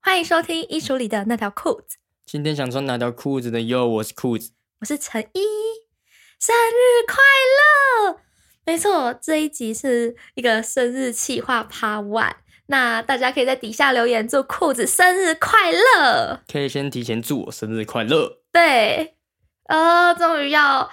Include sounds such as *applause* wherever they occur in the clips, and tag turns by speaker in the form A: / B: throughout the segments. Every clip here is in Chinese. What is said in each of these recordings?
A: 欢迎收听衣橱里的那条裤子，
B: 今天想穿哪条裤子的哟？我是裤子，
A: 我是陈一，生日快乐！没错，这一集是一个生日气划 Part One，那大家可以在底下留言祝裤子生日快乐。
B: 可以先提前祝我生日
A: *laughs*
B: 快乐。
A: 对，呃，终于要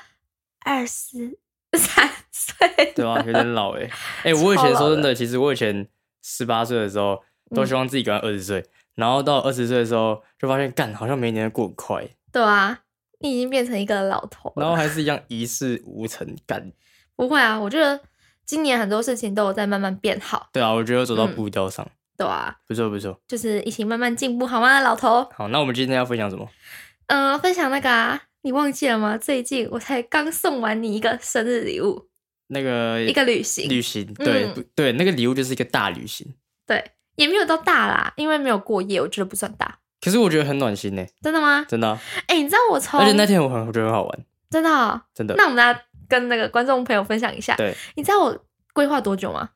A: 二十三岁，
B: 对吧、有点老哎、欸、哎、我以前说真的，其实我以前十八岁的时候都希望自己赶快二十
A: 嗯
B: 岁，然后到二十岁的时候就发现，干好像每年都过很快，
A: 对啊，你已经变成一个老头
B: 然后
A: 了。
B: 还是一样一事无成，干。
A: 不会啊，我觉得今年很多事情都有在慢慢变好，
B: 对啊，我觉得走到步调上，
A: 对啊，
B: 不错不错。
A: 就是一起慢慢进步，好吗，老头？
B: 好，那我们今天要分享什么？
A: 嗯，分享那个啊，你忘记了吗？最近我才刚送完你一个生日礼物，
B: 那个
A: 一个旅行
B: 旅行，对、
A: 嗯
B: 不对，那个礼物就是一个大旅行，
A: 对，也没有到大啦，因为没有过夜，我觉得不算大。
B: 可是我觉得很暖心呢、欸
A: 真的吗？
B: 真的啊、
A: 哎、你知道我从
B: 而且那天我很我觉得很好玩，
A: 真的哦、
B: 真的。
A: 那我们来跟那个观众朋友分享一下，
B: 对，
A: 你知道我规划多久吗？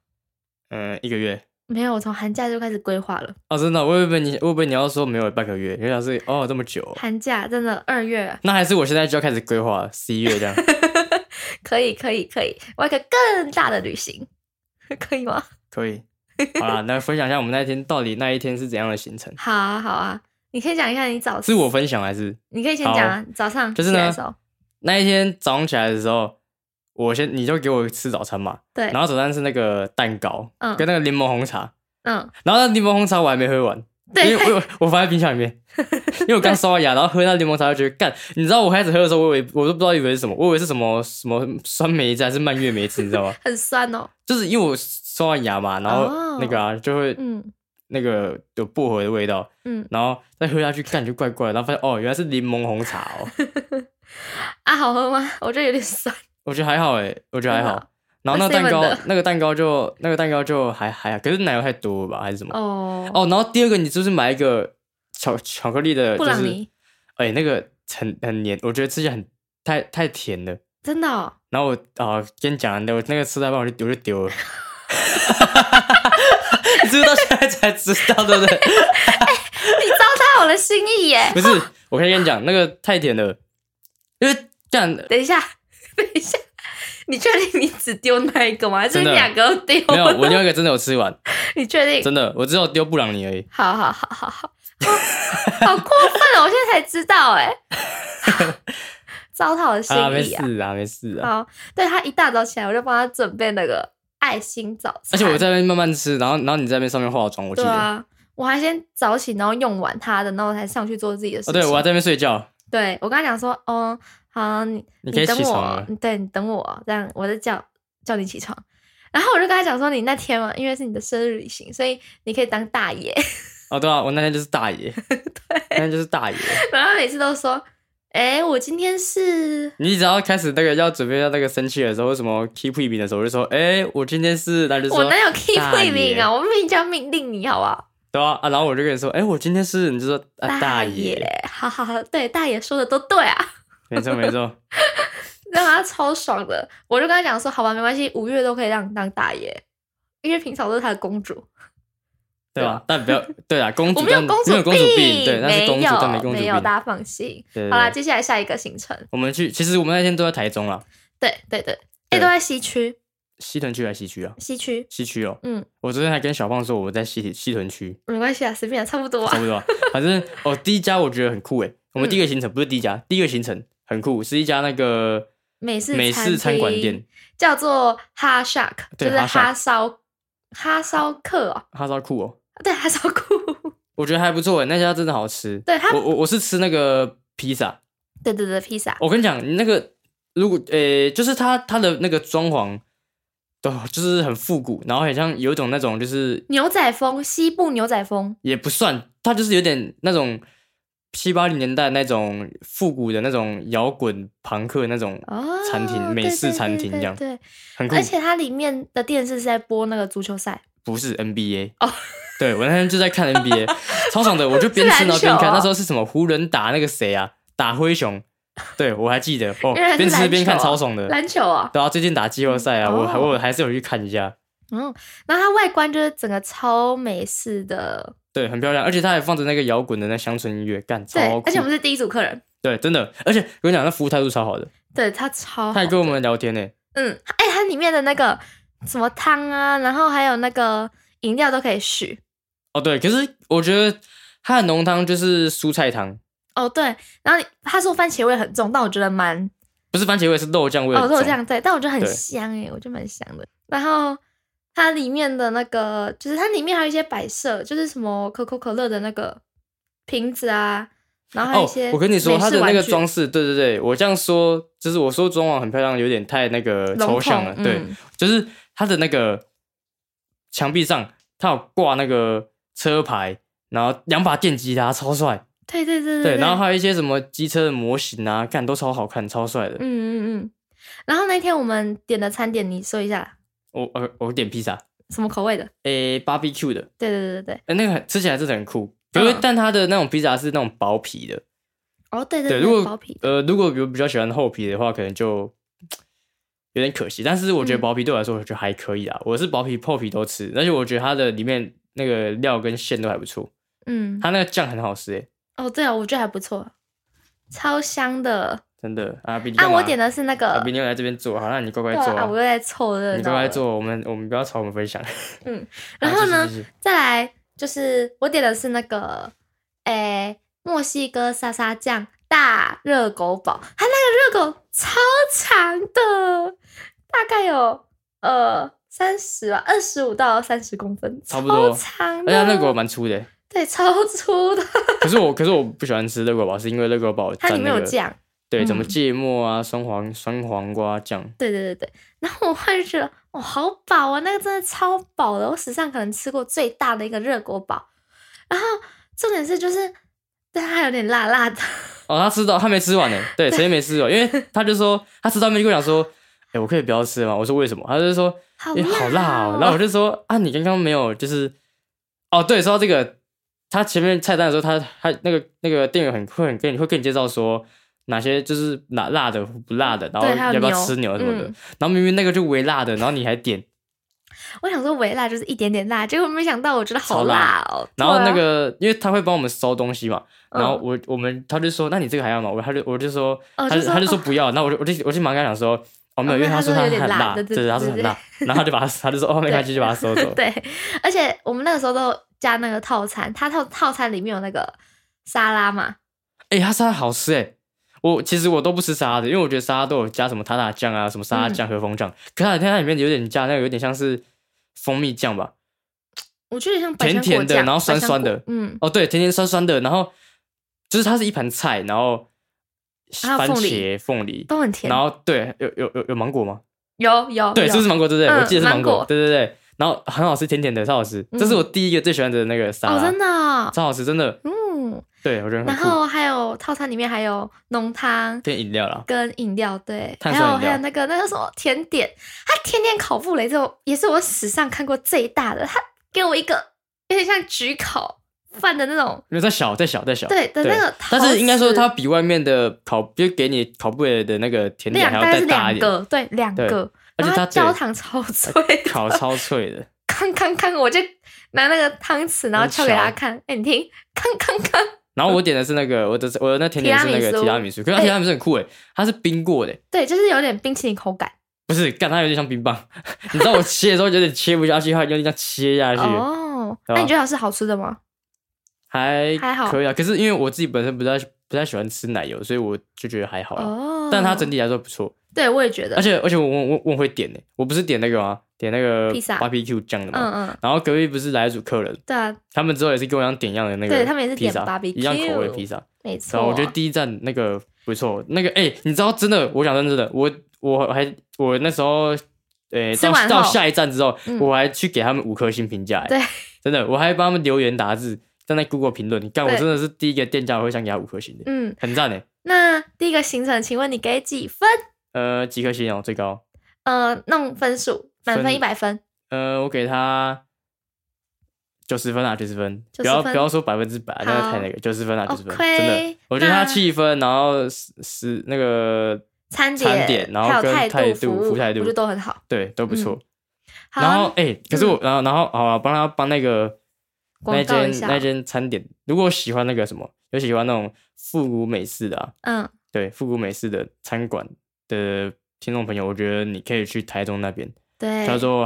B: 嗯，一个月。
A: 没有，我从寒假就开始规划了。
B: 哦，真的，我以为你，我以为你要说没有半个月，原来是哦这么久哦，
A: 寒假真的二月
B: 那还是我现在就要开始规划了十一月这
A: *laughs*
B: 样。
A: 可以，可以，可以，我要一个更大的旅行， *laughs* 可以吗？
B: 可以。好啦，那分享一下我们那一天到底那一天是怎样的行程？
A: 好啊，好啊，你可以讲一下你早，
B: 是我分享还是
A: 你可以先讲啊，早上
B: 就是
A: 起来的
B: 呢
A: 时候，？
B: 那一天早上起来的时候，我先你就给我吃早餐嘛，
A: 对，
B: 然后早餐是那个蛋糕，
A: 嗯
B: 跟那个柠檬红茶，
A: 嗯，
B: 然后那柠檬红茶我还没喝完，
A: 对
B: 因为我我放在冰箱里
A: *laughs*
B: 面，因为我刚刷完牙，然后喝那柠檬茶就觉得干，你知道我开始喝的时候，我以为我都不知道以为是什么，我以为是什么什么酸梅子还是蔓越莓子，你知道吗？
A: 很酸哦，
B: 就是因为我刷完牙嘛，然
A: 哦
B: 后那个啊、就会
A: 嗯
B: 那个有薄荷的味道，
A: 嗯，
B: 然后再喝下去感觉怪怪的，然后发现哦原来是柠檬红茶哦，
A: 啊，好喝吗？ *laughs* 我觉得有点酸，
B: 我觉得还好诶，我觉得还
A: 真的哦
B: 好。然后那个
A: 那
B: 蛋
A: seven
B: 糕
A: 的，
B: 那个蛋糕就那个蛋糕就还还好，可是奶油太多了吧还是什么？
A: 哦
B: 哦，然后第二个你是不是买一个巧巧克力的，
A: 布
B: 就是
A: 朗尼
B: 哎、那个很很黏，我觉得吃起来很太太甜了。
A: 真的哦，
B: 然后我啊、跟你讲，那我那个吃太棒，我就我就丢了。 *laughs* 你是不是到现在才知道，对不对？ *laughs*
A: 你糟蹋我的心意耶！ *laughs*
B: 不是，我可以跟你讲，那个太甜了，因为这样
A: 等一下， *laughs* 等一下，你确定你只丢那一个吗？还是
B: 真
A: 你
B: 的
A: 两个都丢？
B: 没有，我另外一个真的有吃完，
A: *laughs* 你确定？
B: 真的，我只有丢布朗尼而已。
A: 好好好好 *laughs* 好，好过分哦！我现在才知道，哎， *laughs* 糟蹋我的心
B: *laughs* 啊，没
A: 意啊！
B: 事啊，没事啊。
A: 好，对他一大早起来，我就帮他准备那个爱心早
B: 而
A: 餐，
B: 且我在那边慢慢吃，然后然后你在那边上面化妆，我记
A: 对
B: 得。
A: 啊，我还先早起，然后用完他的，然后我才上去做自己的事
B: 哦，
A: 情。
B: 对，我还在那边睡觉。
A: 对我跟他讲说，哦，好，你
B: 你可以
A: 等
B: 起床啊
A: 我
B: 了，
A: 对你等我，这样我就叫叫你起床。 *laughs* 然后我就跟他讲说，你那天嘛，因为是你的生日旅行，所以你可以当大爷。 *laughs*
B: 哦，对啊，我那天就是大爷，那天就是大爷。
A: 然后他每次都说，哎，我今天是
B: 你只要开始那个要准备要那个生气的时候，什么 keep 饼的时候，我就说，哎、我今天是，那就说
A: 我，哪有 keep
B: 大
A: 会
B: 爷
A: 命啊？我明明就要命令你，好不好？
B: 对啊啊，然后我就跟你说，哎、我今天是，你就说，啊，大爷，
A: 爷，好好好，对，大爷说的都对啊，
B: 没错
A: *laughs*
B: 没错，
A: 让他超爽的。我就跟他讲说，好吧，没关系，五月都可以让你当大爷，因为平常都是他的公主。
B: 对吧？但不要，对啊，公
A: 我
B: 主
A: 没有
B: 但
A: 公主
B: 没有公主病，对，那
A: 没
B: 是
A: 有
B: 公主，但没公主
A: 没
B: 病
A: 有，。大家放心。
B: 对对
A: 好啦，
B: 对
A: 接下来下一个行程，
B: 我们去，其实我们那天都在台中啦，
A: 对对对，哎、
B: 对
A: 都在西区，
B: 西屯区还是西区啊？
A: 西区，
B: 西区哦，
A: 嗯，
B: 我昨天还跟小胖说我在西西屯区，
A: 没关系啊，随便啊，差不多
B: 差
A: 啊。
B: 不多啊， *laughs* 反正哦，第一家我觉得很酷诶，欸我
A: 嗯
B: 们第一个行程不是第一家，第一个行程很酷，是一家那个
A: 美式
B: 美式餐馆
A: 厅
B: 店，
A: 叫做哈 shark，就
B: 对
A: 是
B: 哈
A: 哈烧哈烧客哦，
B: 哈超酷哦，
A: 对，哈烧库，
B: 我觉得还不错诶，欸那家真的好吃。
A: 对它
B: 我我我是吃那个披萨。
A: *laughs* 对对对，披萨，
B: 我跟你讲，那个如果诶、就是它它的那个装潢，都就是很复古，然后很像有一种那种就是
A: 牛仔风，西部牛仔风，
B: 也不算，它就是有点那种七八零年代那种复古的那种摇滚朋克那种
A: 哦，
B: 餐厅，美
A: 对
B: 式
A: 对
B: 餐
A: 对
B: 厅
A: 对
B: 这样，
A: 对，
B: 很酷
A: 而。且它里面的电视是在播那个足球赛，
B: 不是 NBA
A: 哦
B: 对我那天就在看
A: *laughs*
B: NBA，超爽的，我就边
A: 是
B: 吃
A: 篮
B: 然后边
A: 球
B: 看。
A: 哦
B: 那时候是什么？湖人打那个谁啊？打灰熊，对我还记得哦
A: 原来是，
B: 边吃边看，
A: 篮球哦
B: 超爽的。
A: 篮球哦，
B: 对啊，最近打季后赛啊，我还
A: 哦
B: 我还是有去看一下。
A: 嗯，然后它外观就是整个超美式的
B: 对，很漂亮，而且他还放着那个摇滚的那乡村音乐，干
A: 对
B: 超，酷
A: 而且我们是第一组客人，
B: 对，真的，而且我跟你讲，那服务态度超好的，
A: 对他超好
B: 他还跟我们聊天呢、
A: 嗯，哎、它里面的那个什么汤啊，然后还有那个饮料都可以续。
B: 哦，对，可是我觉得他的浓汤就是蔬菜汤，
A: 哦，对，然后你他说番茄味很重，但我觉得蛮
B: 不是番茄味，是肉酱味
A: 哦
B: 很重。
A: 肉酱对，但我觉得很
B: 对
A: 香哎、我觉得蛮香的。然后它里面的那个，就是它里面还有一些摆设，就是什么可口可乐的那个瓶子啊，然后还有一些、
B: 哦我跟你说，它的那个装
A: 饰
B: 饰，对对对，我这样说，就是我说装潢很漂亮，有点太那个抽象了。对，
A: 嗯、
B: 就是它的那个墙壁上，它有挂那个车牌，然后两把电吉他，超帅。
A: 对对对
B: 对，
A: 对，
B: 然后还有一些什么机车的模型啊，看都超好看，超帅的。
A: 嗯嗯嗯。然后那天我们点的餐点，你说一下
B: 我呃，我点披萨，
A: 什么口味的？
B: 诶，barbecue 的，
A: 对对对对对，
B: 诶，那个很吃起来真的很酷。可是
A: 嗯，
B: 但它的那种披萨是那种薄皮的，
A: 哦对
B: 对，
A: 对，
B: 如果
A: 包皮的
B: 呃，如果比如比较喜欢厚皮的话，可能就有点可惜。但是我觉得
A: 嗯
B: 薄皮对我来说，我觉得还可以啊。我是薄皮、厚皮都吃，而且我觉得它的里面那个料跟馅都还不错，
A: 嗯，
B: 它那个酱很好吃欸诶、
A: 哦，对啊，我觉得还不错，超香的。
B: 真的啊！比你
A: 啊，
B: 干嘛
A: 我点的是那个
B: 啊，，比你又来这边做，好，那你乖乖
A: 对
B: 做
A: 啊，我又在凑热闹。
B: 你乖乖。做，我们我们不要吵，我
A: *laughs*
B: 们分享。
A: 嗯，
B: 啊
A: 然后呢，
B: 继续继续
A: 再来就是我点的是那个，诶，墨西哥沙沙酱大热狗堡，它那个热狗超长的，大概有呃三十啊，二十五到三十公分，
B: 差不多哎
A: 超长
B: 而
A: 的。
B: 且它热狗蛮粗的、
A: 对，超粗
B: *laughs*
A: 的，*laughs*
B: 可是我可是我不喜欢吃热狗堡，是因为热狗堡
A: 它里
B: 蘸
A: 面
B: 那
A: 有
B: 个
A: 酱。
B: 对，什么
A: 嗯
B: 芥末啊、酸黄酸黄瓜酱，
A: 对对对对，然后我后来就觉得，哦，好饱啊，那个真的超饱的，我史上可能吃过最大的一个热狗堡。然后重点是，就是对它还有点辣辣的，
B: 哦，他吃到他没吃完呢，对，陈燕没吃完，因为他就说他吃到面就跟我讲说，哎、我可以不要吃吗？我说为什么？他就说
A: 好
B: 哎、
A: 辣、
B: 好辣哦，然后我就说啊，你刚刚没有就是，哦，对，说到这个，他前面菜单的时候，他他那个那个店员很会很跟你会跟你介绍说。哪些就是哪辣的不辣的，然后
A: 对还有
B: 要不要
A: 牛
B: 吃牛什么的，
A: 嗯
B: 然后明明那个就微辣的，然后你还点，
A: 我想说微辣就是一点点辣，结果没想到我觉得好
B: 超辣
A: 辣哦。
B: 然后
A: 对啊
B: 那个、因为他会帮我们收东西嘛，
A: 嗯
B: 然后我我们他就说，那你这个还要吗？我他就我就说，
A: 哦
B: 他就
A: 就说
B: 他就说
A: 哦
B: 不要。那我就我就我就马上跟他讲说，哦没
A: 哦
B: 有，因为
A: 那
B: 他
A: 他
B: 说
A: 说
B: 他
A: 有点
B: 很
A: 辣
B: 辣，
A: 对对
B: 对，
A: 对
B: 他说很
A: 对。
B: 辣，然后他就把他他就说哦没关系，就把它收走
A: *laughs* 对，而且我们那个时候都加那个套餐，它套套餐里面有那个沙拉嘛，
B: 哎，他沙拉好吃哎，我其实我都不吃沙拉的，因为我觉得沙拉都有加什么塔塔酱啊，什么沙
A: 嗯
B: 拉酱、和风酱，可是它它里面有点加那个有点像是蜂蜜酱吧？
A: 我觉得像百
B: 甜
A: 香
B: 甜
A: 果
B: 的
A: 酱
B: 然后
A: 百
B: 酸
A: 香
B: 酸
A: 果
B: 的
A: 嗯，
B: 哦对，甜甜酸酸的，然后就是它是一盘菜，然后
A: 还有啊
B: 番
A: 凤梨
B: 茄、凤梨，
A: 都很甜。
B: 然后对，有有有有芒果吗？
A: 有有
B: 对，
A: 有
B: 是不是芒果？对不对？
A: 嗯
B: 我记得是芒
A: 芒果
B: 对对对。然后很好吃，甜甜的，超好吃。
A: 嗯
B: 这是我第一个最喜欢的那个沙
A: 哦，
B: 拉，
A: 真的哦、
B: 超好吃，真的。
A: 嗯，
B: 对，我觉得
A: 然
B: 很酷。
A: 后还有套餐里面还有浓汤
B: 跟饮料啦，
A: 跟饮料，对，
B: 碳
A: 还
B: 酸饮
A: 有
B: 料
A: 还有那个那个什么甜点，它甜点烤布雷这种也是我史上看过最大的，它给我一个有点像焗烤饭的那种，
B: 没有再小，再小，再小。
A: 对的那个陶瓷，
B: 但是应该说它比外面的烤，就给你烤布雷的那个甜点
A: 量
B: 还
A: 大
B: 要
A: 概
B: 再
A: 是
B: 大
A: 两
B: 一点，
A: 个，对，两
B: 对
A: 个，
B: 而
A: 然
B: 且
A: 后它
B: 它对
A: 焦糖超脆的，
B: *laughs* 烤 *laughs* 超脆的。
A: 康康康，我就拿那个汤匙，然后
B: 很
A: 敲给他
B: 巧
A: 看，哎、你听，康康康，
B: 然后我点的是那个，我的我的那甜点是那
A: 提拉米
B: 个
A: 苏
B: 提拉米苏，可是它
A: 哎
B: 提拉米苏很酷诶，它是冰过的，
A: 对，就是有点冰淇淋口感。
B: 不是，干它有点像冰棒。 *laughs* 你知道我切的时候有点切不下去，它有点像切下去，
A: 哦，
B: 对
A: 那
B: 吧
A: 你觉得它是好吃的吗？
B: 还
A: 还好
B: 可以啊。可是因为我自己本身不太不太喜欢吃奶油，所以我就觉得还好啦。
A: 哦，
B: 但它整体来说不错，
A: 对我也觉得，
B: 而且而且我我我我很会点呢、我不是点那个吗？点那个
A: 披萨
B: barbecue 酱的嘛。
A: 嗯嗯，
B: 然后隔壁不是来一组客人，
A: 对啊，
B: 他们之后也是跟我一样点一样的那个披萨，
A: 对他们也是点 barbecue
B: 一样口味披萨。
A: 没
B: 然
A: 错。
B: 啊后我觉得第一站那个不错，那个哎、你知道真的，我讲真的，我我还我那时候。诶，
A: 吃
B: 到
A: 完后
B: 到下一站之后，
A: 嗯
B: 我还去给他们五颗星评价、欸，
A: 对，
B: 真的，我还帮他们留言打字，站在 Google 评论，你看我
A: 对
B: 真的是第一个店家，我会想给他五颗星的，
A: 嗯，
B: 很赞欸诶。
A: 那第一个行程，请问你给几分？
B: 呃，几颗星哦，最高？
A: 呃，弄分数，满分
B: 分
A: 一百分，
B: 呃，我给他九十分啊，九十分，
A: 90
B: 不要
A: 分
B: 不要说百分之百，那个
A: 好
B: 太那个，九十分啊，九十分，
A: OK，
B: 真的，我觉得
A: 那
B: 他气氛，然后是是那个
A: 餐点，
B: 餐点，然后
A: 还有
B: 跟
A: 态
B: 度、
A: 服
B: 服
A: 务，
B: 务态
A: 我
B: 度
A: 觉得，都很好。
B: 对，都不错。
A: 好，
B: 然后哎，可是
A: 嗯
B: 我，然后然后好啊，帮他帮那个
A: 广
B: 那
A: 告一
B: 间
A: 下
B: 那，间餐点，如果喜欢那个什么，有喜欢那种复古美式的、啊，
A: 嗯，
B: 对复古美式的餐馆的听众朋友，我觉得你可以去台中那边，
A: 对，
B: 叫做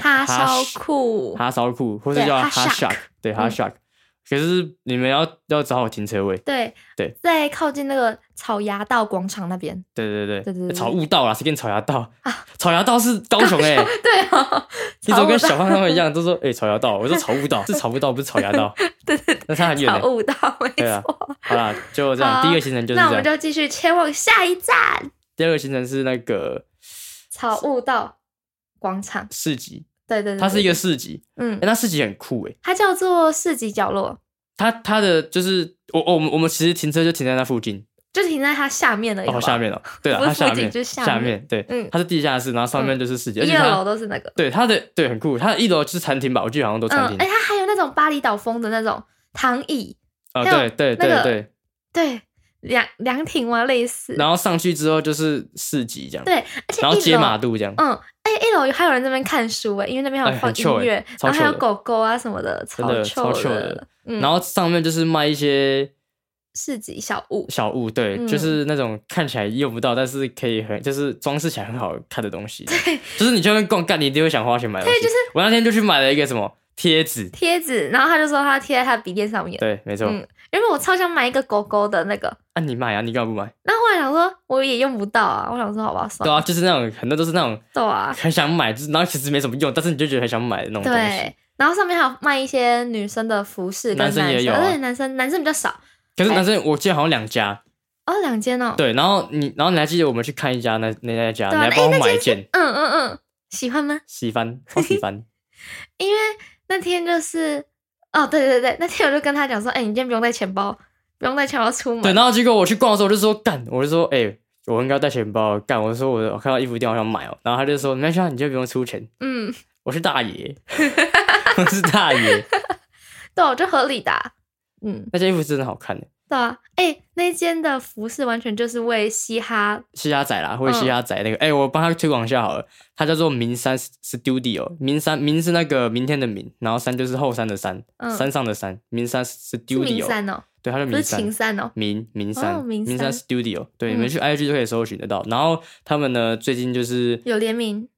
A: 哎哈烧
B: 哈
A: 库，
B: 哈烧库，或是
A: 对
B: 叫
A: 哈
B: 哈
A: shack
B: shark，对哈
A: 嗯
B: shark。可是你们要要找好停车位，
A: 对
B: 对，
A: 在靠近那个草衙道广场那
B: *laughs*
A: 边，
B: 对对
A: 对对
B: 对，
A: 对
B: 草悟道啦，谁跟你草芽道
A: 啊？
B: 草芽道是高
A: *laughs*
B: 雄哎、欸，
A: 对哦，
B: 你怎么跟
A: 草悟道
B: 小胖他们一样，都说
A: *laughs*
B: 哎、欸草芽道，我说草悟道是草悟道，不是草芽道，
A: 对对对，
B: 那差很远欸
A: 草悟道没
B: 对啊
A: 错。
B: 好啦，就这样，
A: 好
B: 第一个行程就是
A: 那我
B: 这
A: 们
B: 样，
A: 就继续前往下一站
B: 第二个行程是那个
A: 草悟道广场，
B: 市集，
A: 对对对，
B: 它是一
A: 个，
B: 个市集，
A: 嗯
B: 哎、，那市集很酷哎、欸，
A: 它叫做市集角落，
B: 它它的就是我我们我们其实停车就停在那附近，
A: 就停在它下面的，
B: 哦下面哦，对了，
A: 啊不是
B: 它下
A: 附近
B: 面
A: 就是下
B: 下
A: 面
B: 面对，
A: 嗯
B: 它是地下室，然后上面就是市集，而
A: 一
B: 且
A: 二楼
B: 它
A: 都是那个，
B: 对它的对很酷，它的一楼就是餐厅吧，我记得好像都餐
A: 嗯，哎，
B: 厅，
A: 它还有那种巴厘岛风的那种躺椅，
B: 哦
A: 还有
B: 对对
A: 那个
B: 对对，
A: 对，凉凉亭吗？类似，
B: 然后上去之后就是市集这样，
A: 对，而且
B: 然后
A: 一
B: 街
A: 楼
B: 马路这样，
A: 嗯，哎、一楼还有人在那边看书哎，因为那边还有
B: 哎
A: 放
B: 很 chill
A: 音
B: 哎
A: 乐，
B: 超
A: 然后还有
B: chill 的
A: 狗狗啊什么的，
B: 真的超
A: chill
B: chill 的
A: 嗯，
B: 然后上面就是卖一些。
A: 市集小物，
B: 小物，对，
A: 嗯
B: 就是那种看起来用不到，但是可以很就是装饰起来很好看的东西。对，就是你就会逛，干你一定会想花钱买东西。
A: 对就是
B: 我那天就去买了一个什么贴纸，
A: 贴纸，然后他就说他贴在他的笔电上面。
B: 对，没错。
A: 嗯，原本我超想买一个狗狗的那个，
B: 啊，你买啊，你干嘛不买？
A: 那后来想说我也用不到啊，我想说好吧，算
B: 对
A: 了，
B: 啊，就是那种很多都是那种
A: 对啊，
B: *laughs* 很想买，就是然后其实没什么用，但是你就觉得很想买的那种东西。
A: 对，然后上面还有卖一些女生的服饰跟
B: 男生
A: 生，
B: 也有啊
A: 而且男生男生比较少，
B: 可是男生我记得好像两家，
A: 哦，两间哦，
B: 对，然后你然后你还记得我们去看一家那那那家，你
A: 对啊
B: 还帮我买一件
A: 嗯嗯嗯，喜欢吗？
B: 喜欢，超
A: *laughs*
B: 喜欢。
A: 因为那天就是，哦，对对对，那天我就跟他讲说，哎、你今天不用带钱包，不用带钱包出门。
B: 对，然后结果我去逛的时候，我就说干，我就说哎、我应该带钱包干。我说我我看到衣服店，我想买哦。然后他就说没关系啊，你就不用出钱，
A: 嗯，
B: 我是大
A: *laughs*
B: 爷，我是大爷。
A: 对啊，我就合理的啊、嗯，
B: 那件衣服真的好看的，
A: 对啊，哎、那间的服饰完全就是为嘻哈，
B: 嘻哈仔啦，
A: 嗯
B: 或者嘻哈仔那个，哎、我帮他推广一下好了。他叫做明山 Studio，明山明是那个明天的明，然后山就是后山的山，
A: 嗯
B: 山上的山，明山
A: 是名
B: Studio，
A: 山哦，
B: 对，他叫
A: 不
B: 明
A: 是
B: 山
A: 秦。山哦，
B: 明明山、
A: 哦明
B: 明
A: 山
B: Studio，对，
A: 嗯
B: 你们去 IG 就可以搜寻得到。然后他们呢，最近就是
A: 有联名，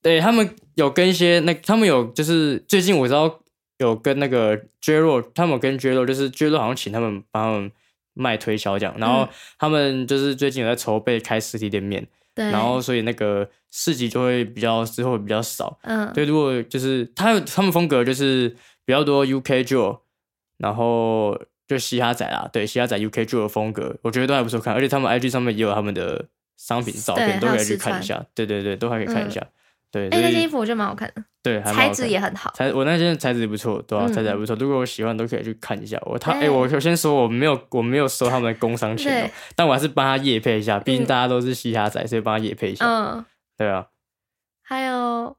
B: 对他们有跟一些那，他们有就是最近我知道有跟那个 j r o 他们有跟 j r o 就是 j r o 好像请他们帮他们卖推销这样，然后
A: 嗯
B: 他们就是最近有在筹备开实体店面，
A: 对，
B: 然后所以那个市集就会比较之后会比较少。
A: 嗯，
B: 对，如果就是他他们风格就是比较多 UK j r o 然后就嘻哈仔啦，对嘻哈仔 UK j r o 的风格，我觉得都还不错看，而且他们 IG 上面也有他们的商品照
A: 对
B: 片，都
A: 还有
B: 可以去
A: 试
B: 看
A: 穿
B: 一下。对对对，都还可以看一下。对，
A: 哎、
B: 所
A: 那
B: 以
A: 件衣服我觉得蛮好看的，
B: 对，还蛮好
A: 材
B: 看
A: 质也很好，
B: 材，我那件材质不错，对吧、啊
A: 嗯
B: 材质还不错，如果有喜欢都可以去看一下。我他哎、
A: 对
B: 我我先说我没有我没有收他们的工商钱、哦
A: 对，
B: 但我还是帮他夜配一下，毕竟
A: 嗯
B: 大家都是嘻哈仔，所以帮他夜配一下。
A: 嗯，
B: 对啊，
A: 还有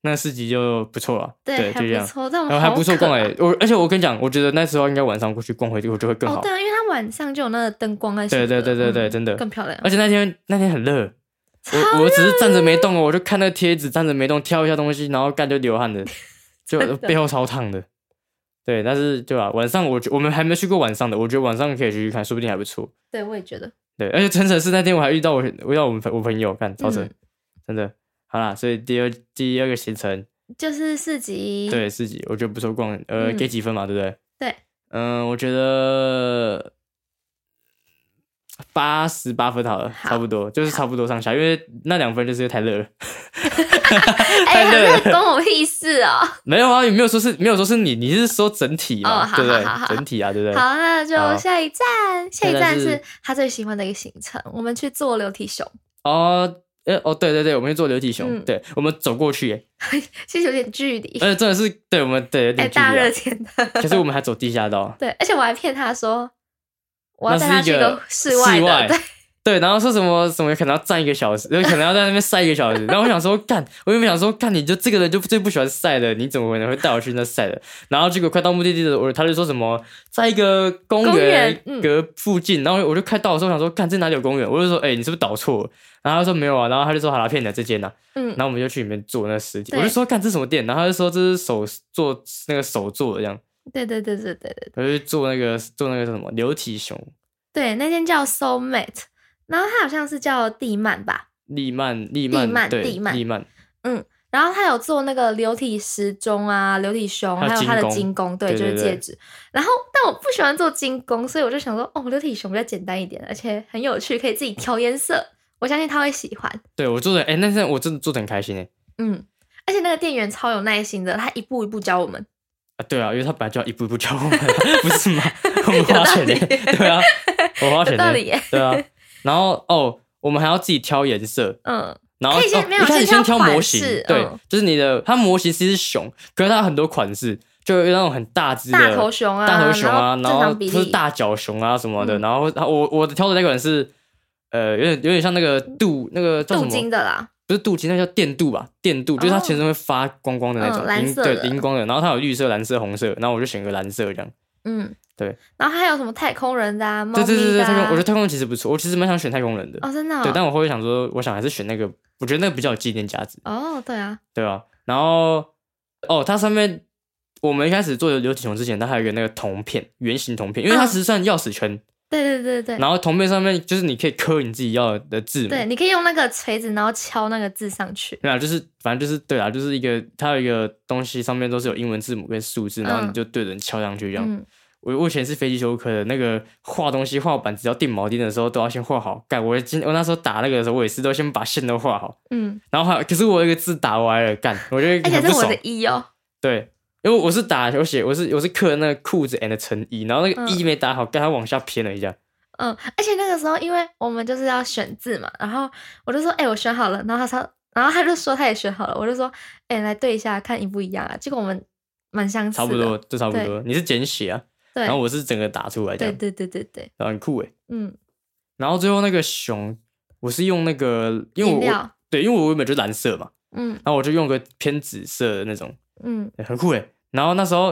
B: 那四集就不错了，
A: 对，
B: 就这
A: 还
B: 样
A: 不，错， *laughs* 但我
B: 然后还不错
A: 好渴
B: 逛
A: 啊
B: 哎、我而且我跟你讲，我觉得那时候应该晚上过去逛回去，我觉得会更好。
A: 哦，对啊，因为它晚上就有那个灯光在，
B: 对对对对对
A: 嗯
B: 真的
A: 更漂亮，
B: 而且那天那天很热，我我只是站着没动哦，我就看那个贴纸站着没动，挑一下东西，然后干就流汗的，就
A: *laughs* 真的
B: 背后超烫的。对，但是对吧、啊晚上我觉我们还没去过晚上的，我觉得晚上可以去看，说不定还不错。
A: 对我也觉得，
B: 对，而且陈城市那天我还遇到我遇到我们朋我朋友，看超扯，
A: 嗯
B: 真的。好啦，所以第二第二个行程，
A: 就是四级，
B: 对自己我觉得不错逛，呃，
A: 嗯
B: 给几分嘛，对不对？
A: 对，
B: 嗯、我觉得八十八分好了，
A: 好
B: 差不多，就是差不多上下，因为那两分就是因为太热了。 *laughs*
A: 哎、
B: 太热了
A: 那关我屁事哦。
B: 没有啊，也没有说是没有说是你，你是说整体嘛，
A: 哦好
B: 对不对
A: 好好？好
B: 整体 *laughs* 啊，对不对？
A: 好，那就
B: 好
A: 下一站，下一
B: 下一站
A: 站是
B: 是
A: 他最喜欢的一个行程，我们去做流体熊，
B: 哦，呃，哦，对对对，我们去做流体熊，
A: 嗯
B: 对，我们走过去耶，
A: 其实有点距离，
B: 呃，真的是对我们对有
A: 哎、
B: 点距
A: 大
B: 离
A: 热
B: 啊，
A: 天的，，
B: *laughs* 可是我们还走地下道
A: 对，而且我还骗他说我要带
B: 那
A: 他去
B: 是一
A: 一
B: 个
A: 个室外
B: 室
A: 的，
B: 外
A: 对，
B: *laughs* 对，然后说什么什么可能要站一个小时，有可能要在那边晒一个小时，然后我想说干，我原本想说干，你就这个人就最不喜欢晒的，你怎么可能会带我去那晒的？然后结果快到目的地的时候，我他就说什么在一个公
A: 公
B: 园
A: 园嗯
B: 隔附近，然后我就快到的时候想说干这哪里有公园？我就说哎、你是不是导错了？然后他说没有啊，然后他就说好啦，骗你啊这间呐、
A: *laughs* 嗯
B: 然，后我们就去里面做那个实体，
A: 对
B: 我就说干这什么店，然后他就说这是手做那个手做的这样，
A: 对对对对对对
B: 我就去做那个做那个叫什么流体熊
A: 对，那间叫 Soul Mate，然后它好像是叫地曼吧，
B: 利曼利曼
A: 曼
B: 对
A: 利曼
B: 利曼
A: 然后他有做那个流体时钟啊、流体熊，
B: 还有
A: 还有他的
B: 金
A: 金工，对，
B: 对
A: 就是
B: 对对
A: 戒指。然后，但我不喜欢做金工，所以我就想说，哦，流体熊比较简单一点，而且很有趣，可以自己调颜色。我相信他会喜欢，
B: 对我做的哎、那天我真的做的很开心哎、
A: 嗯。而且那个店员超有耐心的，他一步一步教我们。
B: 啊对啊，因为他本来就要一步一步教我们， *laughs* 不是
A: *laughs*
B: 吗？我们花钱的、
A: 有道理
B: 对啊，我花
A: 有
B: 钱的、
A: 道理耶，
B: 对啊。然后哦，我们还要自己挑颜色，
A: 嗯，
B: 然后
A: 可以先
B: 哦
A: 没有
B: 一开
A: 先
B: 始
A: 挑
B: 先挑
A: 款
B: 模型
A: 式，
B: 对
A: 嗯，
B: 就是你的它模型其实是熊，可是它有很多款式，就有那种很大只的
A: 大头熊啊，
B: 大头熊啊，
A: 然
B: 然
A: 正
B: 后
A: 常比
B: 不是
A: 例，
B: 大脚熊啊什么的，
A: 嗯
B: 然后然后我我挑的那款是呃有点有点像那个镀那个叫什
A: 镀
B: 么？
A: 金的啦，
B: 不是镀金，那叫电镀吧？电镀就是它
A: 哦
B: 全身会发光光的那种，
A: 嗯蓝
B: 荧
A: 色
B: 对
A: 的
B: 荧光的，然后它有绿色、蓝色、红色，然后我就选个蓝色这样。
A: 嗯，
B: 对。
A: 然后还有什么太空人的啊，猫
B: 对
A: 咪
B: 对对对，
A: 的
B: 太空，
A: 啊
B: 我觉得太空人其实不错，我其实蛮想选太空人的，
A: 哦，真的哦，
B: 对，但我会想说，我想还是选那个，我觉得那个比较有纪念价值。
A: 哦，对啊，
B: 对啊，然后哦，它上面我们一开始做流体熊之前，它还有一个那个铜片，圆形铜片，因为它
A: 嗯
B: 其实算钥匙圈，
A: 对对对对。
B: 然后铜片上面就是你可以刻你自己要的字母，
A: 对，你可以用那个锤子，然后敲那个字上去。
B: 对啊，就是反正就是对啊，就是一个它有一个东西上面都是有英文字母跟数字，然后你
A: 嗯
B: 就对准敲上去一样。
A: 嗯，
B: 我我以前是飞机修科的，那个画东西画板子要定铆钉的时候都要先画好。干，我今我那时候打那个的时候，我也是都先把线都画好，
A: 嗯，
B: 然后还有可是我有一个字打歪了，干，我觉得
A: 而且
B: 很不
A: 是我
B: 爽
A: 的。一哦，
B: 对，因为我是打我写我是我是刻那个裤子 and 衬衣，然后那个
A: 嗯
B: 衣没打好，刚才往下偏了一下。
A: 嗯，而且那个时候因为我们就是要选字嘛，然后我就说，哎、我选好了，然后他说，然后他就说他也选好了，我就说，哎、来对一下，看一不一样啊。结果我们蛮相似的，
B: 差不多，就差不多。你是简写啊，
A: 对，
B: 然后我是整个打出来这
A: 对
B: 样，
A: 对对对对，
B: 然后很酷诶。欸
A: 嗯，
B: 然后最后那个熊，我是用那个，因为
A: 饮
B: 我我
A: 料，
B: 对，因为我原本就蓝色嘛，
A: 嗯
B: 然后我就用个偏紫色的那种，
A: 嗯 *laughs*
B: 对很酷诶。然后那时候，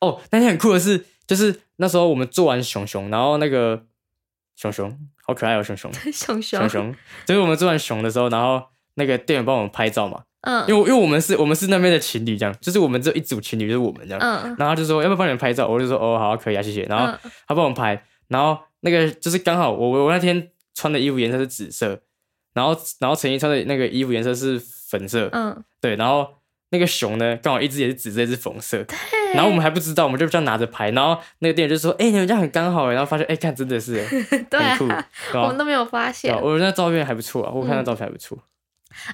B: 哦，那天很酷的是，就是那时候我们做完熊熊，然后那个熊熊好可爱哦，熊熊
A: 熊熊
B: 熊熊，就是我们做完熊的时候，然后那个店员帮我们拍照嘛，
A: 嗯
B: 因为我因为我们是我们是那边的情侣这样，就是我们这一组情侣就是我们这样，
A: 嗯
B: 然后他就说要不要帮你们拍照，我就说哦好啊可以啊谢谢，然后
A: 嗯
B: 他帮我们拍，然后那个就是刚好我我我那天穿的衣服颜色是紫色，然后然后陈怡穿的那个衣服颜色是粉色，
A: 嗯，
B: 对，然后那个熊呢刚好一只也是紫色，一只粉色，
A: 嘿
B: 然后我们还不知道，我们就这样拿着拍，然后那个店员就说哎、你们这样很刚好耶，然后发现哎、看真的是耶
A: *laughs* *laughs* 对
B: 很
A: 啊
B: 酷，，
A: 我
B: 对
A: 们
B: 吧
A: 都没有发
B: 对
A: 现
B: 啊，，我那照片还不错啊，我看那
A: 嗯
B: 照片还不错，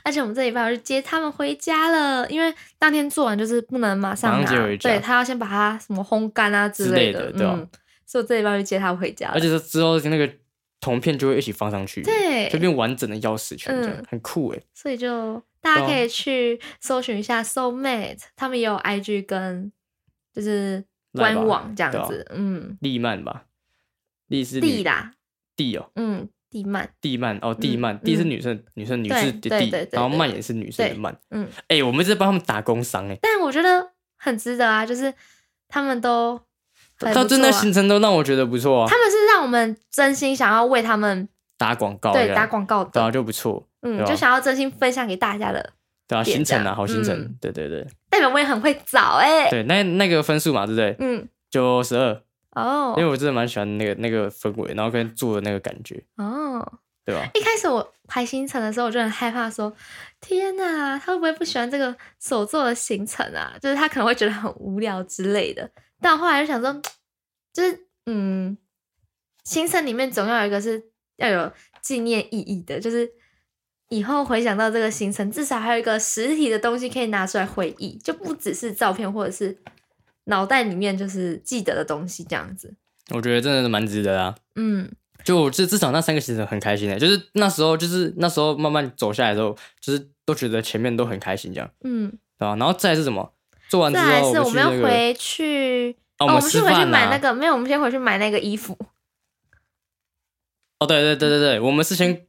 A: 而且我们这礼拜我就接他们回家了，因为当天做完就是不能马上
B: 马
A: 拿
B: 上接回，家
A: 对他要先把它什么烘干啊之
B: 之
A: 类
B: 类的对啊
A: 嗯，所以我这礼拜就接他回家了
B: 而且是之后那个铜片就会一起放上去，就
A: 对，
B: 变完整的钥匙圈这样，
A: 嗯
B: 很酷哎。
A: 所以就大家
B: 对啊
A: 可以去搜寻一下 Soul Mate，他们也有 IG 跟就是
B: 赖吧
A: 官网这样
B: 对
A: 子，嗯，
B: 利曼吧，利是
A: 地
B: 女
A: 啦，
B: 地哦，
A: 嗯，地曼，
B: 地曼哦，地曼，
A: 嗯
B: 地是女生，女生女
A: 对
B: 士的
A: 对
B: 地
A: 对对，
B: 然后
A: 对
B: 曼
A: 对
B: 也是女生的
A: 对
B: 曼。
A: 嗯，
B: 哎，我们在帮他们打工商哎，
A: 但我觉得很值得啊，就是他们都很
B: 到
A: 不
B: 真
A: 错
B: 的
A: 啊
B: 行程都让我觉得不错啊
A: 他，们是让我们真心想要为他们
B: 打广告这
A: 对
B: 样
A: 打广告
B: 对
A: 的
B: 啊，，就不错，
A: 嗯，
B: 对吧
A: 就想要真心分享给大家的，
B: 对啊，
A: 点
B: 行程
A: 这
B: 啊，
A: 样
B: 好行程
A: 嗯，
B: 对对对
A: 代表我也很会找哎、
B: 对，那那个分数嘛，对不对？
A: 嗯，
B: 就十二，因为
A: 哦
B: 我真的蛮喜欢那个那个氛围，然后跟做的那个感觉，
A: 哦，
B: 对吧？
A: 一开始我排行程的时候，我就很害怕说，天哪，他会不会不喜欢这个手做的行程啊？就是他可能会觉得很无聊之类的。但我后来就想说，就是嗯，行程里面总要有一个是要有纪念意义的，就是。以后回想到这个行程，至少还有一个实体的东西可以拿出来回忆，就不只是照片或者是脑袋里面就是记得的东西这样子。
B: 我觉得真的是蛮值得的啊。
A: 嗯，
B: 就我至至少那三个行程很开心的、就是那时候就是那时候慢慢走下来的时候，就是都觉得前面都很开心这样，
A: 嗯，
B: 对吧、然后再来是什么？做完之
A: 再来
B: 后
A: 是我
B: 们去
A: 们要
B: 那个，
A: 回去，
B: 哦，
A: 哦，
B: 们
A: 们
B: 吃
A: 先回去
B: 饭
A: 买那
B: 啊。
A: 个，没有，我们先回去买那个衣服。
B: 哦，对对对对对，我们是先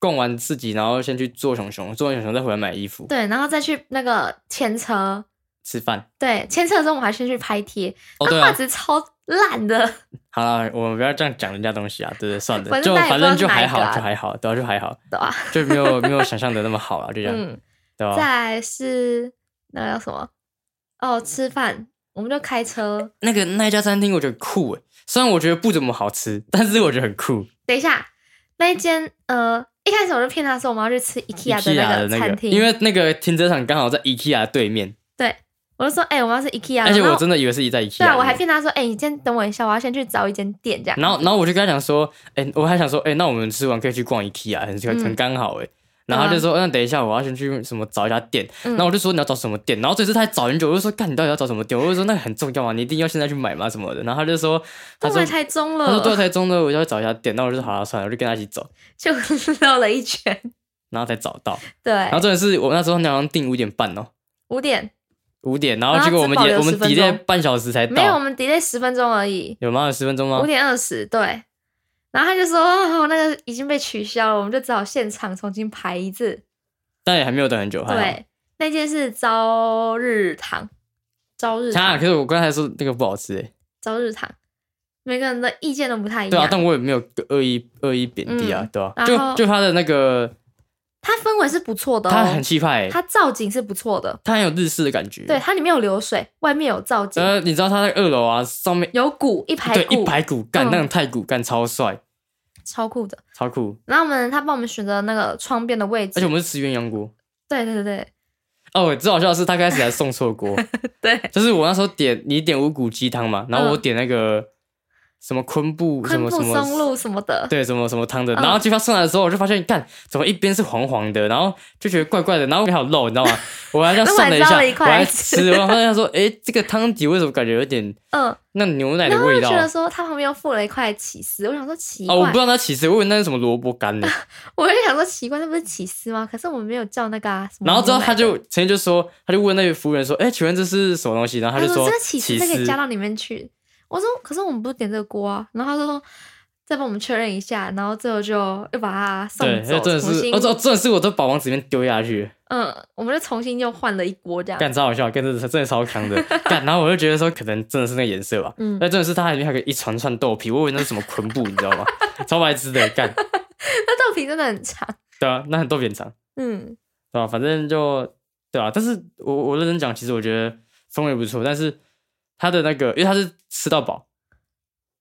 B: 逛完自己，然后先去做熊熊，做完熊熊再回来买衣服、
A: 对，然后再去那个牵车。
B: 吃饭。
A: 对，牵车的时候我们还先去拍贴，
B: 哦，
A: 那
B: 对
A: 画
B: 啊，
A: 质超烂的。
B: 好了，我们不要这样讲人家东西啊，对对，算了，
A: 反正
B: 就
A: 大家也不
B: 反
A: 知道
B: 正
A: 是
B: 就
A: 哪一
B: 还
A: 个
B: 好，
A: 啊
B: 就还好，对啊，就还好，
A: 对啊
B: 就没有没有想象的那么好啊，就这样，
A: 嗯，
B: 对吧、
A: 再来是那个叫什么？哦，吃饭。我们就开车。
B: 那个那一家餐厅我觉得很酷诶，虽然我觉得不怎么好吃，但是我觉得很酷。
A: 等一下，那一间呃，一开始我就骗他说我们要去吃 IKEA 的
B: IKEA
A: 个
B: 的那
A: 餐
B: 个，
A: 厅，
B: 因为那个停车场刚好在 IKEA 的对面，
A: 对我就说，哎、我们要吃 IKEA，
B: 而且
A: 然
B: 我
A: 后
B: 真的以为是一在 IKEA 的。
A: 对啊，我还骗他说，哎、你先等我一下，我要先去找一间店这样。
B: 然后，然后我就跟他讲说，哎、我还想说，哎、那我们吃完可以去逛 IKEA，很
A: 嗯
B: 很刚好哎、然后他就说，那等一下我要先去什么找一家店。
A: 嗯
B: 然后我就说你要找什么店？然后这次他还找很久，我就说，干你到底要找什么店？我就说那个很重要啊，你一定要现在去买嘛什么的。然后他就说，他
A: 都
B: 说
A: 来台中
B: 他说哦
A: 了，
B: 对啊台中的，我就要找一家店。那我就说好了、算了，我就跟他一起走，
A: 就 *laughs* 绕了一圈。
B: 然后才找到。
A: 对
B: 然后，真的是我那时候好像订五点半哦，
A: 五点
B: 五点，
A: 然
B: 然后
A: 后
B: 结果我们
A: 只保留
B: delay- 我们
A: 10分
B: delay
A: 钟
B: 半小时才到，
A: 没有，我们 delay 十分钟而已，
B: 有吗？有十分钟吗
A: 五？点二十对。然后他就说，哦，那个已经被取消了，我们就只好现场重新排一次。
B: 但也还没有等很久，还好。
A: 对，那间是朝日堂，朝日
B: 啊，
A: 堂
B: 可，是我刚才说那个不好吃哎、
A: 朝日堂，每个人的意见都不太一
B: 对啊，
A: 样。
B: 但我也没有恶意恶意贬低啊，
A: 嗯
B: 对啊，
A: 然
B: 就
A: 后
B: 就他的那个，
A: 它氛围是不错的、哦，
B: 他很气派欸、
A: 它造景是不错的，
B: 他很有日式的感觉。
A: 对，，它里面有流水，外面有造景，
B: 呃，你知道他在二楼啊，上面
A: 有鼓一排
B: 对
A: 鼓，
B: 一排骨干，
A: 嗯
B: 那种太骨干超帅，
A: 超酷的。
B: 超酷，
A: 然后我们他帮我们选择那个窗边的位
B: 而且
A: 置
B: 我，们是吃鸳鸯锅。
A: 对对对
B: 哦，最好笑的是他开始还送
A: *laughs*
B: 错锅，
A: 对对，
B: 就是我那时候点你点五谷鸡汤嘛，然后我
A: 嗯
B: 点那个什么昆布什
A: 昆
B: 么
A: 布
B: 什么
A: 松露什么的，
B: 对，什么什么汤的，
A: 嗯
B: 然后鸡发上来的时候，我就发现，看怎么一边是黄黄的，然后就觉得怪怪的，然后还有肉，你知
A: *laughs*
B: 道吗？我还这样算了一
A: 那我还
B: 下，
A: 抓了一
B: 我
A: 块
B: 还
A: 吃
B: 吃，我发现说，哎，这个汤底为什么感觉有点
A: 嗯，
B: 那牛奶
A: 然
B: 的
A: 后
B: 味
A: 就
B: 道
A: 觉
B: 啊
A: 得？说他旁边又附了一块起司，我想说奇怪，
B: 哦，我不知道它起司，我以为那是什么萝卜干呢。
A: *laughs* 我就想说奇怪，那不是起司吗？可是我们没有叫那个啊，什么
B: 然后之后他
A: 牛奶
B: 就陈就说，他就问那个服务员说，哎，请问这是什么东西？然后
A: 他
B: 就
A: 说
B: 说
A: 这个起司
B: 起
A: 这可以
B: 司
A: 加。到里面去。我说可是我们不是点这个锅啊，然后他说再帮我们确认一下，然后最后就又把它送
B: 对，
A: 走，
B: 那真的
A: 重
B: 是，
A: 新、
B: 哦，这真的是我都把往纸面丢下去，
A: 嗯，我们就重新又换了一锅这样，
B: 干超好笑，干真的真的超坑的，干，然后我就觉得说，可能真的是那个颜色吧，
A: 嗯，
B: 那真的是它里面还有一串串豆皮，我以为那是什么昆布，你
A: *laughs*
B: 知道吗？超白痴的，干
A: *laughs* 那豆皮真的很长，
B: 对啊，那很豆扁长，
A: 嗯，
B: 对吧、反正就对啊，但是我我认真讲，其实我觉得风味不错，但是它的那个，因为它是吃到饱，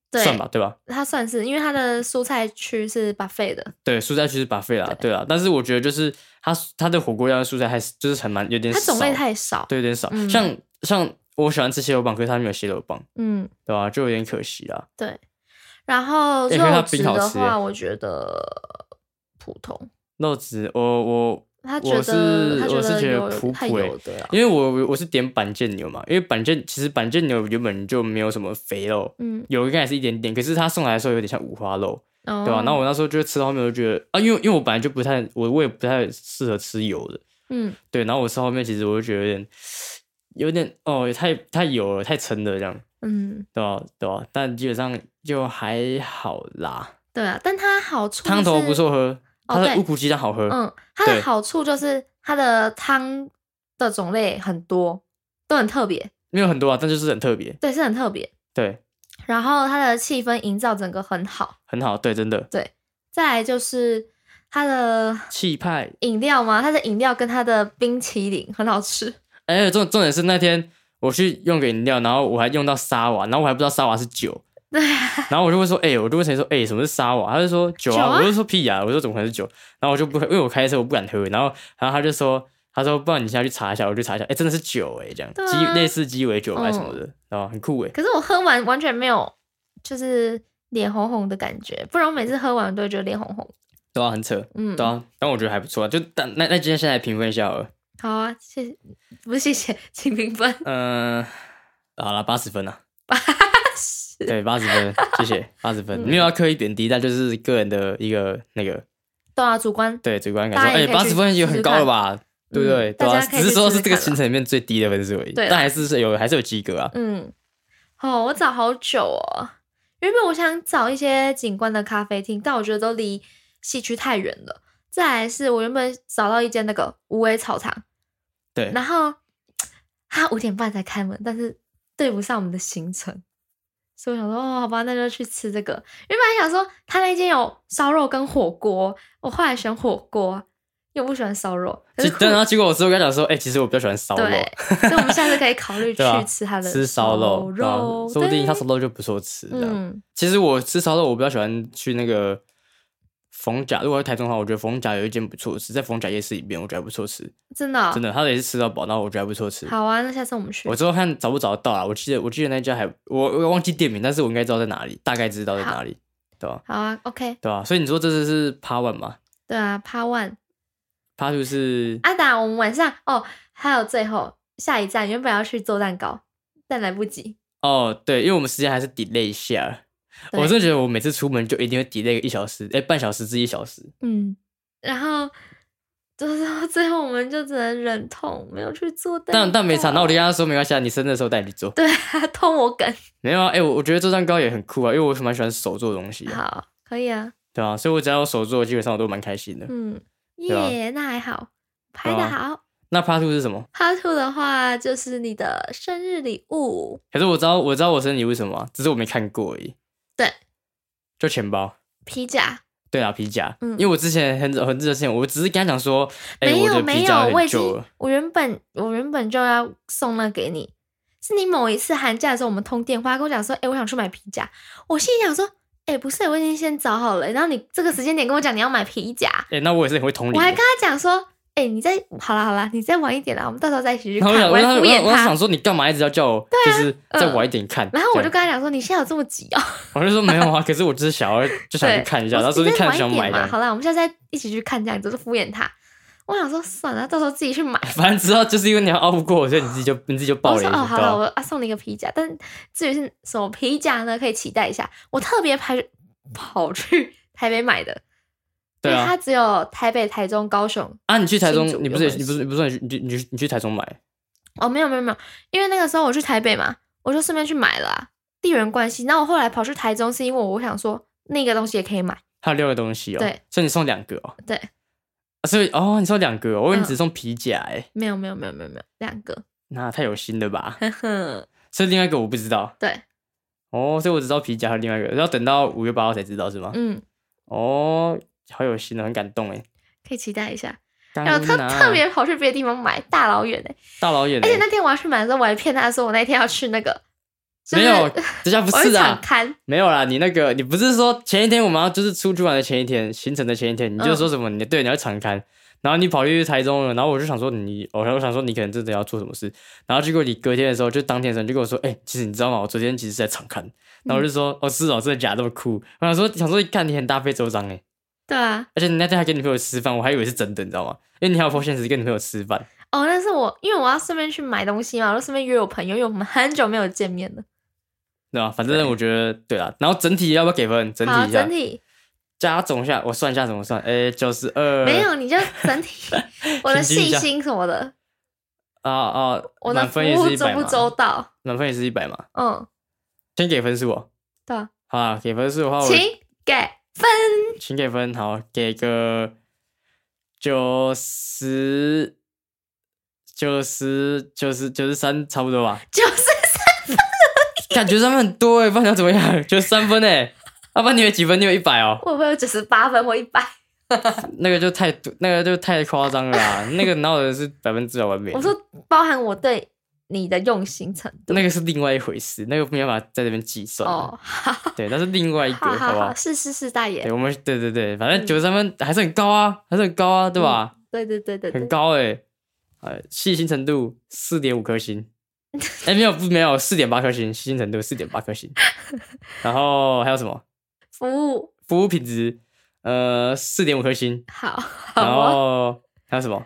A: 对，
B: 算吧，对吧？
A: 它算是，因为它的蔬菜区是 buffet 的，
B: 对，蔬菜区是把费啦，对啊，但是我觉得就是它它的火锅料的蔬菜还是就是很蛮有点
A: 它
B: 少，
A: 种类太少，
B: 对有点少，
A: 嗯
B: 像像我喜欢吃蟹肉棒，可是它没有蟹肉棒，
A: 嗯，
B: 对吧、就有点可惜啦。
A: 对。然后
B: 欸
A: 肉
B: 可是它
A: 质
B: 冰好
A: 的
B: 吃欸
A: 话，
B: 耶
A: 我觉得普通。
B: 肉质，我我
A: 他觉
B: 我
A: 得
B: 是
A: 他
B: 我是
A: 得
B: 觉得
A: 有
B: 普
A: 太
B: 普欸
A: 油啊的了，
B: 因为我我是点板腱牛嘛，因为板腱其实板腱牛原本就没有什么肥肉，
A: 嗯，哦
B: 有应该也是一点点，可是它送来的时候有点像五花肉，
A: 对
B: 对吧、然后我那时候就吃到后面我就觉得啊，因为因为我本来就不太我我也不太适合吃油的，
A: 嗯，
B: 对，然后我吃到后面其实我就觉得有点有点哦太太油了，太撑了这样，
A: 嗯，
B: 对吧、对吧、但基本上就还好啦，
A: 对啊，但它好处
B: 汤头不
A: 是，哦
B: 错喝，它的
A: 对
B: 乌骨鸡汤好喝，
A: 嗯，它
B: 对
A: 的好处就是它的汤的种类很多，都很特别，
B: 没有很多啊，但就是很特别，
A: 对，是很特别。
B: 对，
A: 然后它的气氛营造整个很好，
B: 很好，对，真的
A: 再来就是它的
B: 气派
A: 饮料嘛，它的饮料跟它的冰淇淋很好吃，
B: 哎、重重点是那天我去用个饮料，然后我还用到沙瓦，然后我还不知道沙瓦是酒，
A: 对啊，
B: *laughs* 然后我就会说，哎、我就问陈说，哎、什么是沙瓦？他就说酒啊，
A: 酒啊
B: 我就说屁呀、我说怎么可能是酒？然后我就不，因为我开车我不敢喝，然后然后他就说，他说不然你现在去查一下，我去查一下，哎、真的是酒哎、这样
A: 对
B: 鸡、
A: 啊嗯
B: 类似鸡尾酒还是什么的，然后很酷哎、
A: 可是我喝完完全没有就是脸红红的感觉，不然我每次喝完都会觉得脸红红。
B: 对啊，很扯，
A: 嗯，
B: 对啊，但我觉得还不错啊，就但那那今天现在评分一下好了，
A: 好啊，谢谢，不是谢谢，请评分。
B: 嗯、好了，八十分啊。对，八十分，谢谢，八十
A: *laughs*
B: 分，
A: 嗯
B: 没有要刻意贬低，但就是个人的一个那个
A: 对啊，主观
B: 对，主观感
A: 大
B: 受，
A: 家
B: 哎，
A: 也可以
B: 八
A: 去
B: 十分也
A: 试
B: 很
A: 试
B: 高
A: 看
B: 了吧？对不对？
A: 嗯
B: 对
A: 大
B: 啊，
A: 家可
B: 只
A: 以
B: 是
A: 去
B: 说
A: 试
B: 是
A: 试
B: 这个
A: 看
B: 行程里面最低的分数而已，
A: 对啊
B: 但还是是有还是有及格啊。
A: 嗯，哦，我找好久哦。原本我想找一些景观的咖啡厅，但我觉得都离市区太远了。再来是我原本找到一间那个无为草场，
B: 对，
A: 然后它五点半才开门，但是对不上我们的行程，所以我想说，哦，好吧，那就去吃这个。原本还想说他那间有烧肉跟火锅，我后来选火锅，又不喜欢烧肉，可
B: 其
A: 是
B: 对，然后结果我之后跟他讲说，哎、其实我比较喜欢烧肉，
A: 对，所以我们下次可以考虑去
B: *laughs* 对吧？
A: 吃他的
B: 吃烧肉，对啊
A: 肉，
B: 说不定他
A: 对
B: 烧肉就不错吃。这样
A: 嗯，
B: 其实我吃烧肉，我比较喜欢去那个逢甲。如果在台中的话，我觉得逢甲有一间不错吃，在逢甲夜市里面，我觉得还不错吃，
A: 真的哦
B: 真的，他也是吃到饱，然后我觉得还不错吃。
A: 好啊，那下次我们去
B: 我。之后看找不找得到啊？我记得我记得那家还我我忘记店名，但是我应该知道在哪里，大概知道在哪里，对吧、
A: 好啊，OK，
B: 对吧、所以你说这次是 Part One 嘛
A: 对啊，Part One，
B: ？Part Two 是
A: 阿达，我们晚上哦，还有最后下一站原本要去做蛋糕，但来不及。
B: 哦，对，因为我们时间还是 delay 一下。
A: 对
B: 我真的觉得我每次出门就一定会 delay 一小时，哎、半小时至一小时。
A: 嗯，然后就是最后我们就只能忍痛没有去做蛋糕，
B: 但但没差，那
A: 哦
B: 我就跟他说没关系啊，你生日的时候带你去做。
A: *laughs* 对啊，偷我梗，
B: 没有啊，哎、我我觉得做蛋糕也很酷啊，因为我蛮喜欢手做的东西、啊，
A: 好，可以啊，
B: 对啊，所以我只要有手做，基本上我都蛮开心的。
A: 嗯，耶、
B: 对啊
A: 那还好，拍的
B: 对啊
A: 好。
B: 那 Part Two 是什么？
A: Part Two 的话就是你的生日礼物，
B: 可是我知道我知道我生日礼物是什么啊，只是我没看过而已。
A: 对，
B: 就钱包。
A: 皮夹。
B: 对啊，皮夹，
A: 嗯
B: 因为我之前很早很之前，我只是跟他讲说，哎、
A: 没
B: 我
A: 有
B: 的
A: 没
B: 皮
A: 有
B: 夹，
A: 我
B: 很
A: 已
B: 旧
A: 经
B: 了，
A: 我原本我原本就要送那给你，是你某一次寒假的时候，我们通电话跟我讲说，哎、我想去买皮夹，我心里想说，哎、不是，我已经先找好了、然后你这个时间点跟我讲你要买皮夹，
B: 哎、那我也是很会同理
A: 我
B: 的。
A: 还跟他讲说，哎、你再好啦好啦，你再晚一点啦，我们到时候再一起去
B: 然
A: 看，
B: 后我
A: 还
B: 想，我想
A: 敷
B: 我
A: 衍
B: 想我
A: 他啊嗯
B: 想。说，你干嘛一直要叫我，就是再晚一点看？
A: 然后我就
B: 这
A: 跟
B: 样
A: 他讲说，你现在有这么急哦？
B: 我就说没有啊，可是我只是想要就想
A: 对，
B: 去看一下，
A: 我
B: 然后
A: 说你
B: 说
A: 再
B: 不定看
A: 晚
B: 想
A: 一
B: 买
A: 点嘛。
B: 的，
A: 好啦，我们下次再一起去看，这样子就是敷衍他。我想说算了，到时候自己去
B: *laughs*
A: 买。
B: 反正知道就是因为你要拗不过我，所以你自己就你自己就爆
A: 我
B: 了一
A: 说哦，
B: 下，
A: 好
B: 对
A: 了，我
B: 吧？
A: 啊送你一个皮夹，但至于是什么皮夹呢，可以期待一下。我特别排跑去 *laughs* 台北买的，
B: 对
A: 因为
B: 啊
A: 它，只有台北、台中、高雄。
B: 啊，你去台中
A: 新，竹
B: 你不是也
A: 有
B: 你不是你不是你去你去你去台中买？
A: 哦，没有没有没有，因为那个时候我去台北嘛，我就顺便去买了、啊、地缘关系。那我后来跑去台中，是因为我想说那个东西也可以买，
B: 还有六个东西哦，
A: 对，
B: 所以你送两个哦，
A: 对
B: 啊，所以哦，你送两个哦，我以为你只
A: 嗯
B: 送皮夹哎，
A: 没有没有没有没有没有两个，
B: 那太有心了吧？
A: 呵呵，
B: 所以另外一个我不知道
A: 对，
B: 哦，所以我只知道皮夹和另外一个，要等到五月八号才知道是吗？
A: 嗯，
B: 哦，好有心哦，很感动哎，
A: 可以期待一下。
B: 然
A: 然后特啊特别跑去别的地方买，大老远的、
B: 大老远
A: 而
B: 哎，
A: 且那天我要去买的时候，我还骗他说我那天要去那个，就是、
B: 没
A: *laughs*
B: 有，等下不
A: 我去
B: 是啊
A: 场，刊。
B: 没有啦，你那个你不是说前一天我们要就是出去玩的前一天，行程的前一天，
A: 嗯
B: 你就说什么你对你要敞开，然后你跑去台中了，然后我就想说你，我我想说你可能真的要做什么事，然后结果你隔天的时候就当天的时候你就跟我说，哎、其实你知道吗？我昨天其实是在敞开，然
A: 嗯
B: 后我就说、哦是哦，真的假的那么酷？我想说想说看你很搭配周章哎、
A: 对啊，
B: 而且你那天还跟女朋友吃饭，我还以为是真的，你知道吗？因为你还有破现实跟女朋友吃饭，
A: 哦，但是我因为我要顺便去买东西嘛，我就顺便约我朋友，因为我们很久没有见面了。
B: 对啊吧？反正我觉得对啦，然后整体要不要给分？整体
A: 好，
B: 一下，
A: 整体
B: 加总一下，我算一下怎么算，哎、九十二，
A: 没有，你就整体我的
B: *laughs* 平均一
A: 细
B: 下
A: 心什么的，
B: 啊啊，
A: 我的
B: 满
A: 服
B: 分也是
A: 务
B: 一
A: 周
B: 百
A: 不
B: 嘛，哦
A: 周到？
B: 满分也是一百嘛。
A: 嗯，
B: 先给分数哦，
A: 对啊，
B: 好啊，给分数的话，我
A: 请给分。
B: 请给分，好，给个九十。九十九十九十三差不多吧， *laughs*
A: 就是
B: 感觉三分很多哎，不然你要怎么样？九十三分哎，要、不然你有几分？你有一百哦，
A: 我会不会有九十八分或一百？
B: 那个就太多，那个就太夸张了啦，那个哪有人是百分之百完美？
A: 我说包含我对你的用心程度。
B: 那个是另外一回事，那个没有办法在这边计算。
A: 哦，好
B: 对，那是另外
A: *laughs*
B: 一个，
A: 好
B: 好不
A: 好
B: 好
A: 好，？是是是，大爷
B: 对，，我们对对对，反正
A: 嗯
B: 九十三分还是很高啊，还是很高啊，对吧？
A: 对对对对
B: 很
A: 对，
B: 高哎、呃，细心程度四点五
A: *laughs*
B: 颗星，哎、没有不没有四点八颗星，细心程度四点八颗
A: *laughs*
B: 星，然后还有什么
A: 服务
B: 服务品质，呃，四点五颗星，
A: 好 *laughs* 好
B: 然
A: 哦，
B: 后还有什么？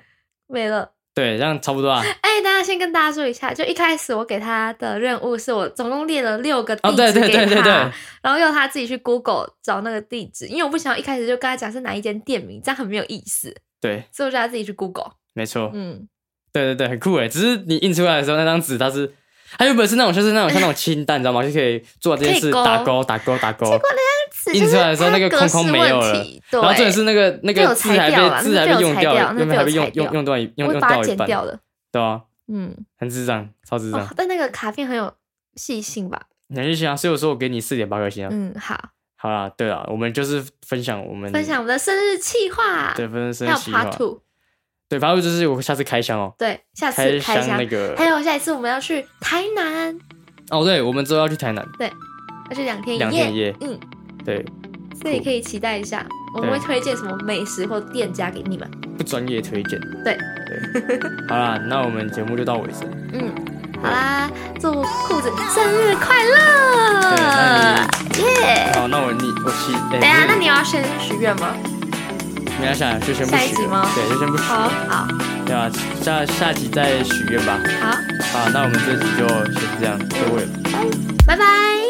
A: 没了。
B: 对，这样差不多啊。
A: 哎、大家先跟大家说一下，就一开始我给他的任务是我总共列了六个地
B: 哦，
A: 址给他，
B: 对对对对对，
A: 然后要他自己去 Google 找那个地址，因为我不想要一开始就跟他讲是哪一间店名，这样很没有意思，
B: 对，
A: 所以我叫他自己去 Google。
B: 没错，
A: 嗯，
B: 对对对，很酷哎。只是你印出来的时候，那张纸它是。它原本是那种，就是那种像那种清单，你知道吗？就可以做这件
A: 哎可以
B: 事，
A: 勾
B: 打勾，打勾，打勾。
A: 此
B: 印出来的时候
A: 就是
B: 那个空空
A: 它格式
B: 没有
A: 问
B: 了
A: 题对，
B: 然后重点是那个那
A: 被
B: 个
A: 我
B: 字
A: 裁
B: 还
A: 掉了
B: 被字还
A: 那被我
B: 用
A: 裁
B: 掉
A: 掉
B: 了，
A: 那
B: 原
A: 被
B: 本还
A: 我
B: 被用
A: 裁掉
B: 用用到一
A: 我
B: 用
A: 会
B: 用
A: 把它
B: 到一
A: 剪
B: 半，
A: 掉的。
B: 对啊，
A: 嗯，
B: 很智障，超智
A: 哦
B: 障，，
A: 但那个卡片很有细心吧？
B: 你很行啊。所以我说我给你四点八颗星啊。
A: 嗯，好，
B: 好啦，对啦，我们就是分享我们
A: 分享我们的生日计划，
B: 对分
A: 还
B: 生
A: 有
B: 日计划
A: Part，Two，
B: 对，反正就是我下次开箱哦，
A: 对，下次
B: 开
A: 开箱。
B: 那个
A: 还有下一次我们要去台南，
B: 哦，对，我们之后要去台南
A: 而且两天
B: 两
A: 一
B: 天一
A: 夜，
B: 夜，
A: 嗯，
B: 对，
A: 所以可以期待一下，我们会
B: 对
A: 推荐什么美食或店家给你们。
B: 不专业推荐。
A: 对
B: 对，好啦，那我们节目就到尾声。
A: 嗯，好啦，祝裤子生日快乐！嗯耶！
B: 好，那我你我哎期，等
A: 等一下，那你要先许愿吗？
B: 没关系啊，就先不
A: 下一
B: 许
A: 集
B: 了
A: 吗
B: 对，就先不许了，
A: 好好
B: 对啊，下下集再许愿吧。
A: 好，
B: 好，那我们这集就先这样，各位。
A: 拜拜。